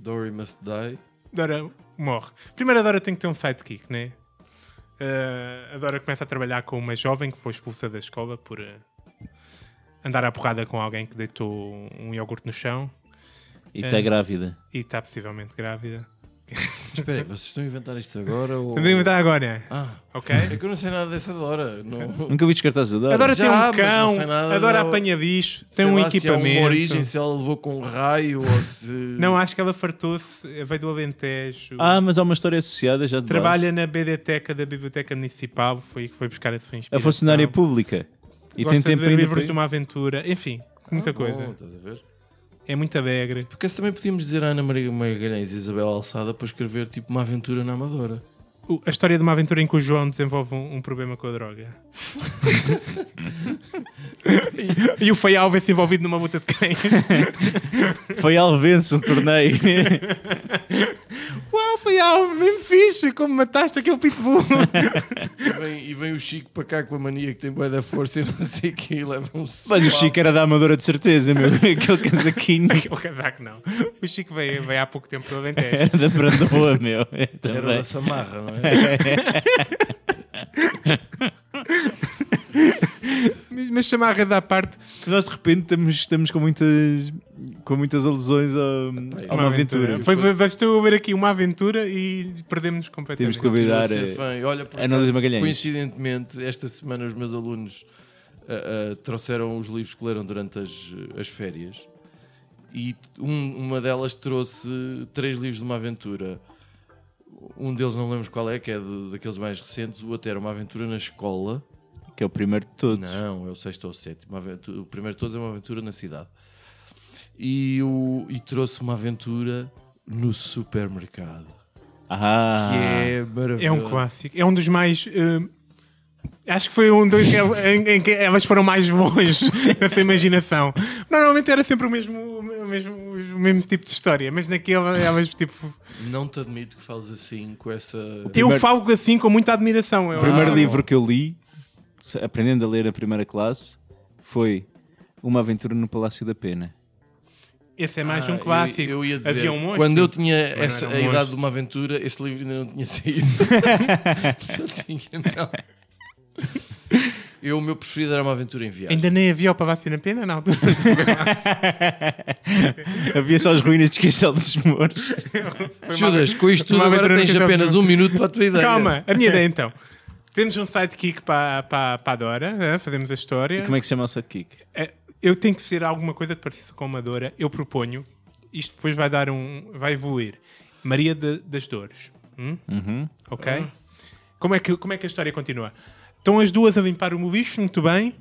Speaker 3: Dory must die.
Speaker 2: Dora morre. Primeiro, a Dora tem que ter um sidekick, né? é? a Dora começa a trabalhar com uma jovem que foi expulsa da escola por eh, andar à porrada com alguém que deitou um iogurte no chão
Speaker 5: E está grávida.
Speaker 2: e está possivelmente grávida.
Speaker 3: Espera aí, vocês estão a inventar isto agora? Ou...
Speaker 2: Também me dá agora, né?
Speaker 3: Ah,
Speaker 2: ok?
Speaker 3: é que eu não sei nada dessa Dora. Não...
Speaker 5: Nunca vi os cartazes da Dora.
Speaker 2: Adora
Speaker 3: Já,
Speaker 2: tem um
Speaker 3: mas não sei
Speaker 2: cão,
Speaker 3: nada,
Speaker 2: adora
Speaker 3: não.
Speaker 2: apanha bicho,
Speaker 3: Sei
Speaker 2: tem um
Speaker 3: lá se há
Speaker 2: equipamento.
Speaker 3: uma origem, se ela levou com um raio ou se.
Speaker 2: Não, acho que ela fartou-se, eh, veio do Alentejo.
Speaker 5: Ah, mas há uma história associada já de
Speaker 2: Trabalha
Speaker 5: base.
Speaker 2: na BDTeca da Biblioteca Municipal, foi que foi buscar a sua inspiração.
Speaker 5: É funcionária pública. E
Speaker 2: Gosta
Speaker 5: tem tempo
Speaker 2: de ver
Speaker 5: ainda
Speaker 2: livros
Speaker 5: para-
Speaker 2: de uma aventura, enfim, muita
Speaker 3: Ah, bom,
Speaker 2: coisa.
Speaker 3: estás a ver?
Speaker 2: É muito alegre.
Speaker 3: Porque se também podíamos dizer a Ana Maria Magalhães e Isabel Alçada para escrever tipo uma aventura na Amadora.
Speaker 2: O- A história de uma aventura em que o João desenvolve um, um problema com a droga. e, e o Feial vê-se envolvido numa luta de cães.
Speaker 5: Foi Alvense o torneio.
Speaker 2: Uau, Feial, mesmo fixe, como mataste aquele pitbull.
Speaker 3: E vem, e vem o Chico para cá com a mania que tem boa da força e não sei o que, e leva um
Speaker 5: Mas o Chico era da Amadora de certeza, meu. Aquele casaquinho
Speaker 2: o casaco não. O Chico veio, veio há pouco tempo do Alentejo.
Speaker 5: era da Brandoa, meu. É
Speaker 3: Era
Speaker 5: Também.
Speaker 3: da Samarra, não é?
Speaker 2: Mas, mas chamarra da parte,
Speaker 5: Nós de repente estamos, estamos com muitas com muitas alusões ao- a
Speaker 3: Epá,
Speaker 5: uma aventura.
Speaker 2: Foi, foi, bastou ver aqui uma aventura e perdemos-nos completamente.
Speaker 5: Temos de convidar.
Speaker 3: Continua a
Speaker 5: eh,
Speaker 3: ser fã. E Olha, por
Speaker 5: a Ana Luísa
Speaker 3: acaso,
Speaker 5: Magalhães.
Speaker 3: coincidentemente, esta semana os meus alunos ah, ah, trouxeram os livros que leram durante as, as férias e um- uma delas trouxe três livros de uma aventura. Um deles não lembro qual é, que é do- daqueles mais recentes, o outro era uma aventura na escola.
Speaker 5: Que é o primeiro de todos.
Speaker 3: Não, é o sexto ou o sétimo. Uma aventu- O primeiro de todos é uma aventura na cidade. E, o, e trouxe uma aventura no supermercado.
Speaker 5: Ah,
Speaker 3: Que é maravilhoso.
Speaker 2: É um clássico. É um dos mais. eh, acho que foi um dos que- em, em que elas foram mais longe na sua imaginação. Normalmente era sempre o mesmo, o mesmo, o mesmo tipo de história, mas naquela elas tipo.
Speaker 3: Não te admito que fales assim com essa.
Speaker 2: Eu
Speaker 5: Primeiro-
Speaker 2: falo assim com muita admiração. Eu,
Speaker 5: O primeiro
Speaker 3: Ah.
Speaker 5: livro que eu li, se- aprendendo a ler a primeira classe, foi Uma Aventura no Palácio da Pena.
Speaker 2: Esse é mais
Speaker 3: Ah,
Speaker 2: um clássico.
Speaker 3: Eu, eu ia dizer,
Speaker 2: Havia um monstro.
Speaker 3: quando eu tinha
Speaker 2: não
Speaker 3: essa,
Speaker 2: era um
Speaker 3: a idade
Speaker 2: monstro.
Speaker 3: de uma aventura, esse livro ainda não tinha saído. Já tinha, não. Eu, o meu preferido era uma aventura em viagem.
Speaker 2: Ainda nem havia o Pavafio na Pena, não.
Speaker 5: Havia só as ruínas de Castelo dos Mouros.
Speaker 3: Judas, com isto tudo
Speaker 2: Uma
Speaker 3: agora
Speaker 2: aventura
Speaker 3: tens
Speaker 2: que eu
Speaker 3: apenas
Speaker 2: já-
Speaker 3: um minuto para a tua ideia.
Speaker 2: Calma, a minha ideia então. Temos um sidekick para para- para a Dora, né? fazemos a história.
Speaker 5: Como é que se chama o sidekick?
Speaker 2: É, eu tenho que ser alguma coisa que pareça com uma Dora. Eu proponho. Isto depois vai dar um. Vai evoluir. Maria de- das Dores. Hum? Ok? Como, é que, como é que a história continua? Estão as duas a limpar o movicho, muito bem.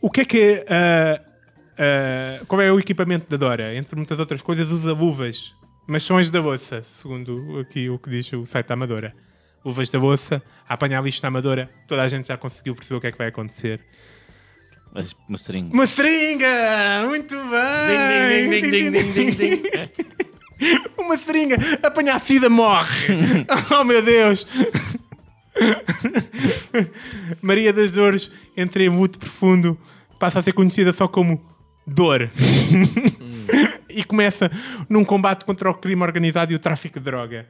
Speaker 2: O que é que é, a, Ah, qual é o equipamento da Dora? Entre muitas outras coisas, usa luvas, mas são as da bolsa, segundo aqui o que diz o site da Amadora. Luvas da bolsa, a apanhar lixo na Amadora, toda a gente já conseguiu perceber o que é que vai acontecer.
Speaker 5: Mas- Uma seringa.
Speaker 2: Uma seringa! Muito bem!
Speaker 3: Ding, ding, ding, ding, ding, ding, ding.
Speaker 2: Uma seringa! Apanhar sida morre! oh meu Deus! Maria das Dores entra em luto profundo, passa a ser conhecida só como Dor.
Speaker 3: Hum.
Speaker 2: e começa num combate contra o crime organizado e o tráfico de droga.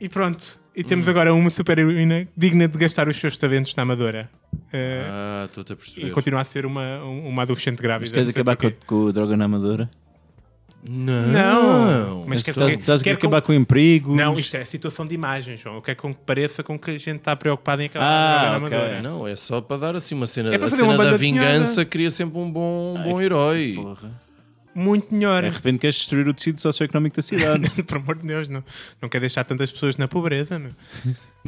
Speaker 2: E pronto, e
Speaker 3: Hum.
Speaker 2: temos agora uma super heroína digna de gastar os seus talentos na Amadora. Eh,
Speaker 3: Ah, estou-te a
Speaker 2: e
Speaker 3: perceber.
Speaker 2: continua a ser uma, um, uma adolescente grávida.
Speaker 3: é
Speaker 5: Queres
Speaker 2: não sei
Speaker 5: acabar com,
Speaker 2: porquê.
Speaker 5: a- com a droga na amadora?
Speaker 3: Não.
Speaker 2: Não, mas quer,
Speaker 5: Estás,
Speaker 2: quer-
Speaker 5: É estás a
Speaker 2: quer
Speaker 5: querer acabar com o emprego?
Speaker 2: Não, isto é a situação de imagem, João. Eu quero com que pareça com que a gente está preocupada em acabar
Speaker 5: Ah,
Speaker 2: com a
Speaker 5: ok.
Speaker 2: droga na Amadora.
Speaker 3: Não, é só para dar assim uma cena.
Speaker 2: É para
Speaker 3: a
Speaker 2: fazer uma
Speaker 3: cena da
Speaker 2: banda desenhada.
Speaker 3: vingança cria sempre um bom, um bom herói.
Speaker 5: Porra. é
Speaker 2: Muito melhor.
Speaker 5: De repente queres destruir o tecido socioeconómico da cidade.
Speaker 2: Por amor de Deus, não, não quero deixar tantas pessoas na pobreza, meu.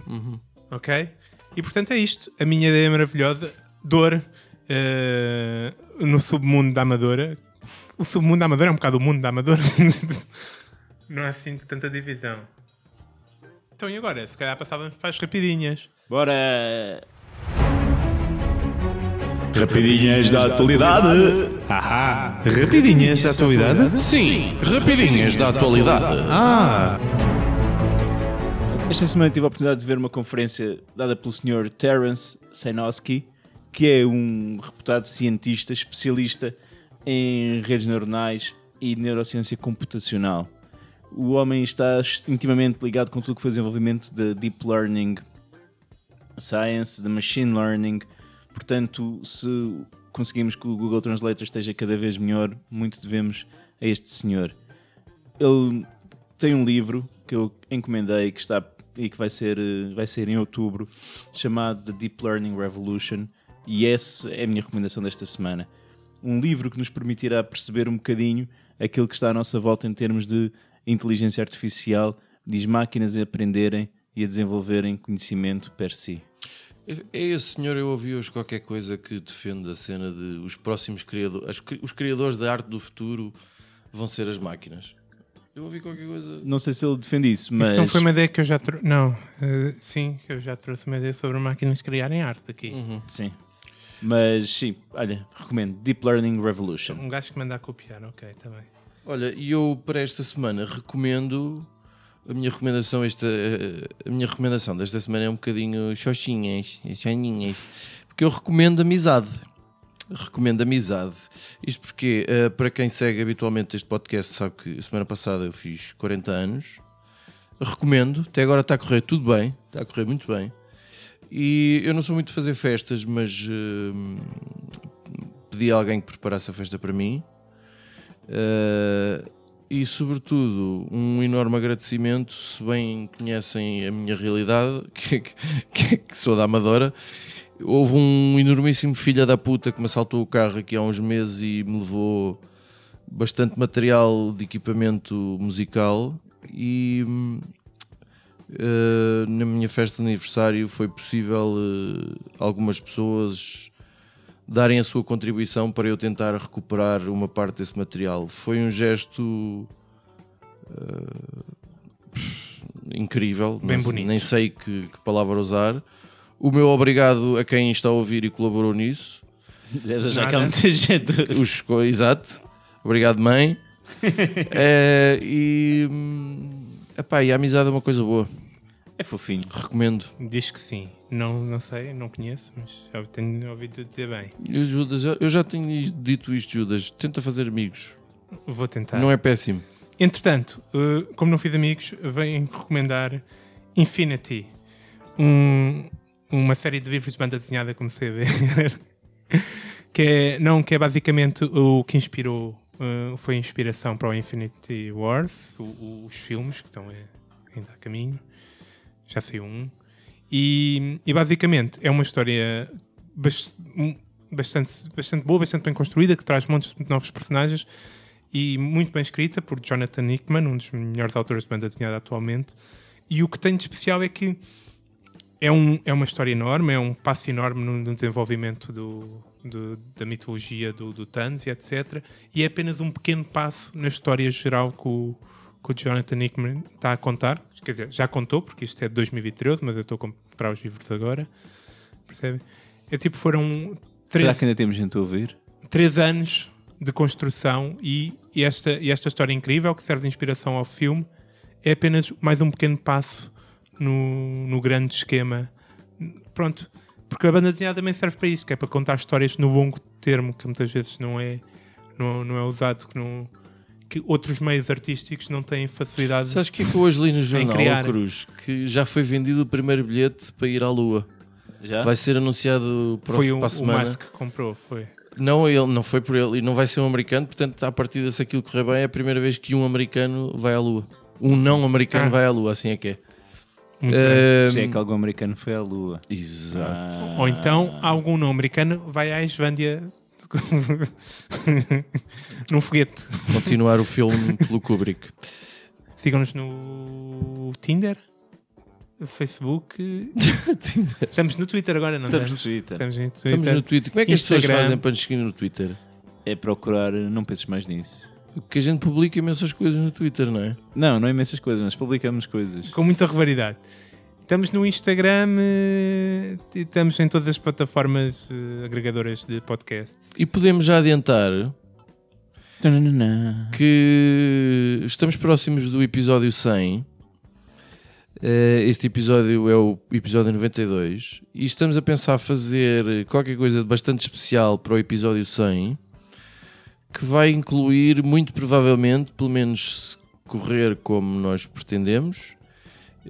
Speaker 5: Uhum.
Speaker 2: Ok? E portanto é isto. A minha ideia maravilhosa, dor eh, no submundo da Amadora. O submundo da Amadora é um bocado o mundo da Amadora. não é assim de tanta divisão. Então e agora? Se calhar passávamos para as rapidinhas.
Speaker 5: Bora! Rapidinhas da atualidade!
Speaker 2: Ahá! Rapidinhas da atualidade?
Speaker 3: Sim, rapidinhas da atualidade.
Speaker 2: Ah!
Speaker 5: Esta semana tive a oportunidade de ver uma conferência dada pelo Sr. Terence Senoski, que é um reputado cientista especialista em redes neuronais e neurociência computacional. O homem está intimamente ligado com tudo que foi o desenvolvimento da Deep Learning Science, da Machine Learning. Portanto, se conseguimos que o Google Translator esteja cada vez melhor, muito devemos a este senhor. Ele tem um livro que eu encomendei que está e que vai ser, eh, vai ser em outubro, chamado The Deep Learning Revolution, e essa é a minha recomendação desta semana. Um livro que nos permitirá perceber um bocadinho aquilo que está à nossa volta em termos de inteligência artificial, de máquinas a aprenderem e a desenvolverem conhecimento per si.
Speaker 3: É esse senhor, eu ouvi hoje qualquer coisa que defende a cena de os próximos criadores, os criadores da arte do futuro vão ser as máquinas. Eu ouvi qualquer coisa.
Speaker 5: Não sei se ele defende isso, mas
Speaker 2: Isto não foi uma ideia que eu já trouxe. Não, eh, sim, que eu já trouxe uma ideia sobre máquinas criarem arte aqui.
Speaker 3: Uhum.
Speaker 5: sim. Mas sim, olha, recomendo Deep Learning Revolution.
Speaker 2: Um gajo que manda a copiar, ok, está bem.
Speaker 3: Olha, e eu para esta semana recomendo a minha recomendação esta eh, a minha recomendação desta semana é um bocadinho xoxinhas, xoxinhas, porque eu recomendo amizade. Recomendo amizade. Isto porque eh, para quem segue habitualmente este podcast sabe que semana passada eu fiz 40 anos. Recomendo, até agora está a correr tudo bem, está a correr muito bem. E eu não sou muito de fazer festas, mas eh, pedi a alguém que preparasse a festa para mim. Uh, e, sobretudo, um enorme agradecimento, se bem conhecem a minha realidade, que, que- que sou da Amadora. Houve um enormíssimo filho da puta que me assaltou o carro aqui há uns meses e me levou bastante material de equipamento musical. E hum, uh, na minha festa de aniversário foi possível uh, algumas pessoas darem a sua contribuição para eu tentar recuperar uma parte desse material. Foi um gesto eh, incrível,
Speaker 2: Bem
Speaker 3: não-
Speaker 2: bonito.
Speaker 3: nem sei que, que palavra usar. O meu obrigado a quem está a ouvir e colaborou nisso.
Speaker 5: Já que
Speaker 2: Nada.
Speaker 5: há muita gente.
Speaker 3: Os, co- exato. Obrigado, mãe. Eh, e, hum, epá, e a amizade é uma coisa boa.
Speaker 5: É fofinho.
Speaker 3: Recomendo.
Speaker 2: Diz que sim. Não, não sei, não conheço, mas já tenho ouvido dizer bem.
Speaker 3: Eu, Judas, eu- eu já tenho dito isto, Judas. Tenta fazer amigos.
Speaker 2: Vou tentar.
Speaker 3: Não é péssimo.
Speaker 2: Entretanto, eh, como não fiz amigos, venho recomendar Infinity, um- uma série de livros de banda desenhada que comecei a ver, que é, não, que é basicamente o que inspirou, eh, foi a inspiração para o Infinity Wars, o- o- os filmes que estão eh, ainda a caminho, já saiu um, e, e basicamente é uma história bas- um- bastante, bastante boa, bastante bem construída, que traz montes de novos personagens, e muito bem escrita por Jonathan Hickman, um dos melhores autores de banda desenhada atualmente. E o que tem de especial é que é, um, é uma história enorme, é um passo enorme no, no desenvolvimento do, do- da mitologia do, do Thanos e etc. E é apenas um pequeno passo na história geral que o, que o Jonathan Hickman está a contar. Quer dizer, já contou, porque isto é de 2013, mas eu estou a comprar os livros agora. Percebem? É tipo, foram
Speaker 5: Será
Speaker 2: três,
Speaker 5: que ainda temos gente a ouvir?
Speaker 2: três anos de construção e, e esta, e esta história incrível que serve de inspiração ao filme é apenas mais um pequeno passo no, no grande esquema. Pronto, porque a banda desenhada também serve para isso, que é para contar histórias no longo termo, que muitas vezes não é, não, não é usado, que, não, que outros meios artísticos não têm facilidade.
Speaker 3: Sabes o que é que eu hoje li no jornal,
Speaker 2: criar.
Speaker 3: ó Cruz? Que já foi vendido o primeiro bilhete para ir à Lua.
Speaker 5: Já?
Speaker 3: Vai ser anunciado
Speaker 2: Tá. Foi um- o,
Speaker 3: próximo, para a
Speaker 2: o
Speaker 3: semana.
Speaker 2: Musk que comprou, foi.
Speaker 3: Não, ele não foi por ele e não vai ser um americano, portanto, a partir se aquilo correr bem, é a primeira vez que um americano vai à Lua. Um não americano
Speaker 2: Ah.
Speaker 3: vai à Lua, assim é que é. Ehm,
Speaker 2: Muito bem.
Speaker 3: Ahm,
Speaker 5: Se é que algum americano foi à Lua.
Speaker 3: Exato.
Speaker 5: Ah,
Speaker 2: Ou então algum não americano vai à Islândia num foguete.
Speaker 3: Continuar o filme pelo Kubrick.
Speaker 2: Sigam-nos no Tinder, Facebook. Estamos no Twitter agora, não é?
Speaker 5: Estamos no Twitter.
Speaker 2: Estamos no Twitter.
Speaker 3: Estamos no Twitter. Como é que as pessoas
Speaker 2: Instagram.
Speaker 3: fazem para nos seguir no Twitter?
Speaker 5: É procurar, não penses mais nisso.
Speaker 3: Porque a gente publica imensas coisas no Twitter, não é?
Speaker 5: Não, não é imensas coisas, mas publicamos coisas.
Speaker 2: Com muita regularidade. Estamos no Instagram eh, e estamos em todas as plataformas eh, agregadoras de podcasts.
Speaker 3: E podemos já adiantar
Speaker 5: Tananana.
Speaker 3: que estamos próximos do episódio 100. Eh, Este episódio é o episódio 92 e estamos a pensar fazer qualquer coisa de bastante especial para o episódio 100 que vai incluir, muito provavelmente, pelo menos se correr como nós pretendemos,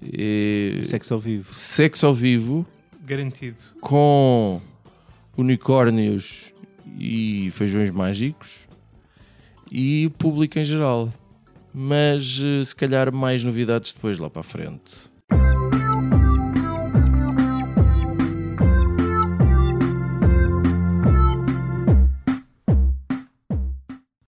Speaker 3: eh,
Speaker 5: Sexo ao vivo.
Speaker 3: sexo ao vivo
Speaker 2: Garantido.
Speaker 3: com unicórnios e feijões mágicos e público em geral. Mas eh, se calhar mais novidades depois lá para a frente.